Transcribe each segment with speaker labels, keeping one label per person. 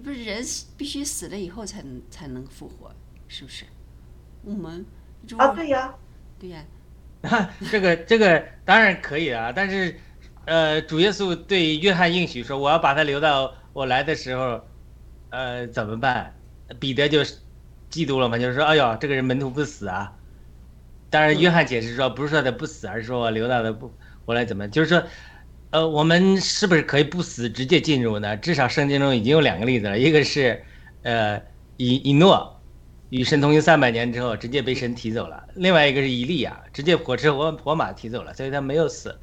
Speaker 1: 人死必须死了以后才能才能复活，是不是？我们如
Speaker 2: 啊，
Speaker 1: 果
Speaker 2: 对呀，
Speaker 1: 对呀、
Speaker 3: 这个这个当然可以啊，但是，呃，主耶稣对约翰应许说，我要把他留到我来的时候，呃，怎么办？彼得就嫉妒了嘛，就是说，哎呦，这个人门徒不死啊。当然，约翰解释说，不是说他不死，而是说我留到他不我来怎么，就是说，呃，我们是不是可以不死直接进入呢？至少圣经中已经有两个例子了，一个是，呃，以以诺，与神同行三百年之后，直接被神提走了；另外一个是以利亚，直接火车火火马提走了，所以他没有死。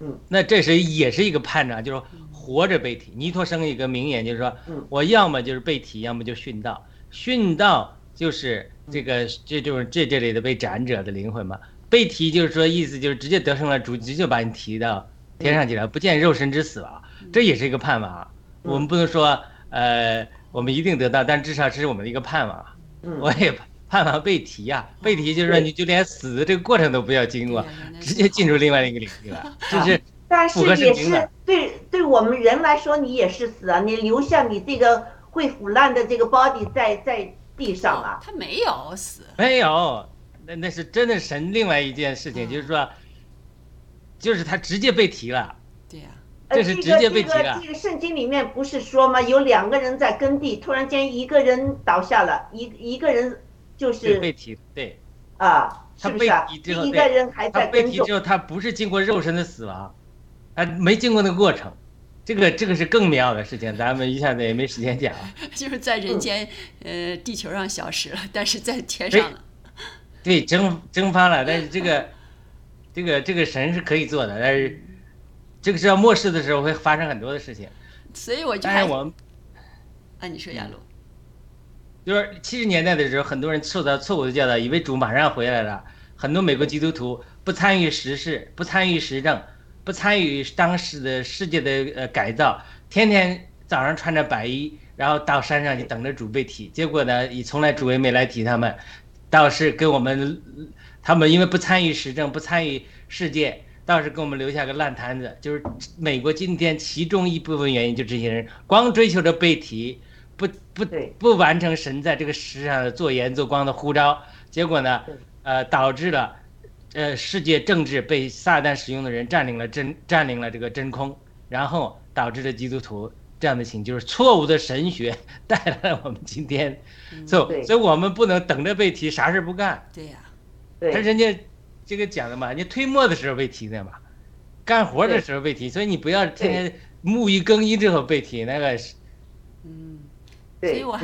Speaker 2: 嗯，
Speaker 3: 那这是也是一个判断，就是说活着被提。尼托生一个名言，就是说
Speaker 2: 嗯
Speaker 3: 我要么就是被提，要么就殉道。殉道就是这
Speaker 2: 嗯
Speaker 3: 个，这就是这这里的被斩者的灵魂嘛。被提就是说意思就是直接得胜了主，直接把你提到天上去了，不见肉身之死啊，这也是一个盼望啊。
Speaker 2: 嗯
Speaker 3: 我们不能说呃我们一定得到，但至少这是我们的一个盼望啊。
Speaker 2: 嗯，
Speaker 3: 我也盼望被提呀、被提
Speaker 2: 哦
Speaker 3: 就是说你就连死的这个过程都不要经过
Speaker 1: 对呀原来，是
Speaker 3: 直接进入另外一个领域了，这 是
Speaker 2: 但
Speaker 3: 符合
Speaker 2: 是
Speaker 3: 圣
Speaker 2: 也
Speaker 3: 经
Speaker 2: 是
Speaker 3: 的
Speaker 2: 对对我们人来说，你也是死啊，你留下你这个会腐烂的这个 body 在在地上啊。
Speaker 1: 他没有死，
Speaker 3: 没有，哎那那是真的神另外一件事情，
Speaker 1: 嗯
Speaker 3: 就是说，就是他直接被提了，
Speaker 1: 对呀、
Speaker 2: 呃
Speaker 3: 哦这是直接被提
Speaker 2: 这
Speaker 3: 了
Speaker 2: 个这个圣经里面不是说吗？有两个人在耕地，突然间一个人倒下了，一一个人就
Speaker 3: 对被
Speaker 2: 是
Speaker 3: 提，对
Speaker 2: 啊，是
Speaker 3: 他
Speaker 2: 不是啊？
Speaker 3: 被提之后
Speaker 2: 另一个人还
Speaker 3: 他
Speaker 2: 在
Speaker 3: 被
Speaker 2: 耕
Speaker 3: 提
Speaker 2: 种
Speaker 3: 之。后，他不是经过肉身的死亡，他没经过那个过程。这个这个是更妙的事情，咱们一下子也没时间讲。
Speaker 1: 就是在人间，
Speaker 2: 嗯
Speaker 1: 呃，地球上消失了，但是在天上了。
Speaker 3: 对，蒸蒸发了，但是这个，这个这个神是可以做的，但是这个是要末世的时候会发生很多的事情。
Speaker 1: 所以我就
Speaker 3: 但
Speaker 1: 还
Speaker 3: 是我们
Speaker 1: 啊，你说亚鲁，
Speaker 3: 就是七十年代的时候，很多人受到错误的教导，以为主马上要回来了。很多美国基督徒不参与时事，不参与时政，不参与当时的世界的呃改造，天天早上穿着白衣，然后到山上去等着主被提。结果呢，以从来主也没来提他们，倒是给我们，他们因为不参与时政，不参与世界，倒是给我们留下个烂摊子。就是美国今天其中一部分原因，就这些人光追求着被提，不不
Speaker 2: 对
Speaker 3: 不完成神在这个世上的做盐做光的呼召，结果呢
Speaker 2: 对，
Speaker 3: 呃，导致了，呃，世界政治被撒旦使用的人占领了真占领了这个真空，然后导致了基督徒这样的情，就是错误的神学 带来了我们今天，所
Speaker 2: 嗯对
Speaker 3: 以所以我们不能等着被提，啥事不干。
Speaker 1: 对呀、
Speaker 3: 他
Speaker 2: 对，
Speaker 3: 人家这个讲的嘛，人家推磨的时候被提的嘛，干活的时候被提，所以你不要天天沐浴更衣之后被提，那个是
Speaker 1: 嗯，所以
Speaker 2: 对，
Speaker 1: 我还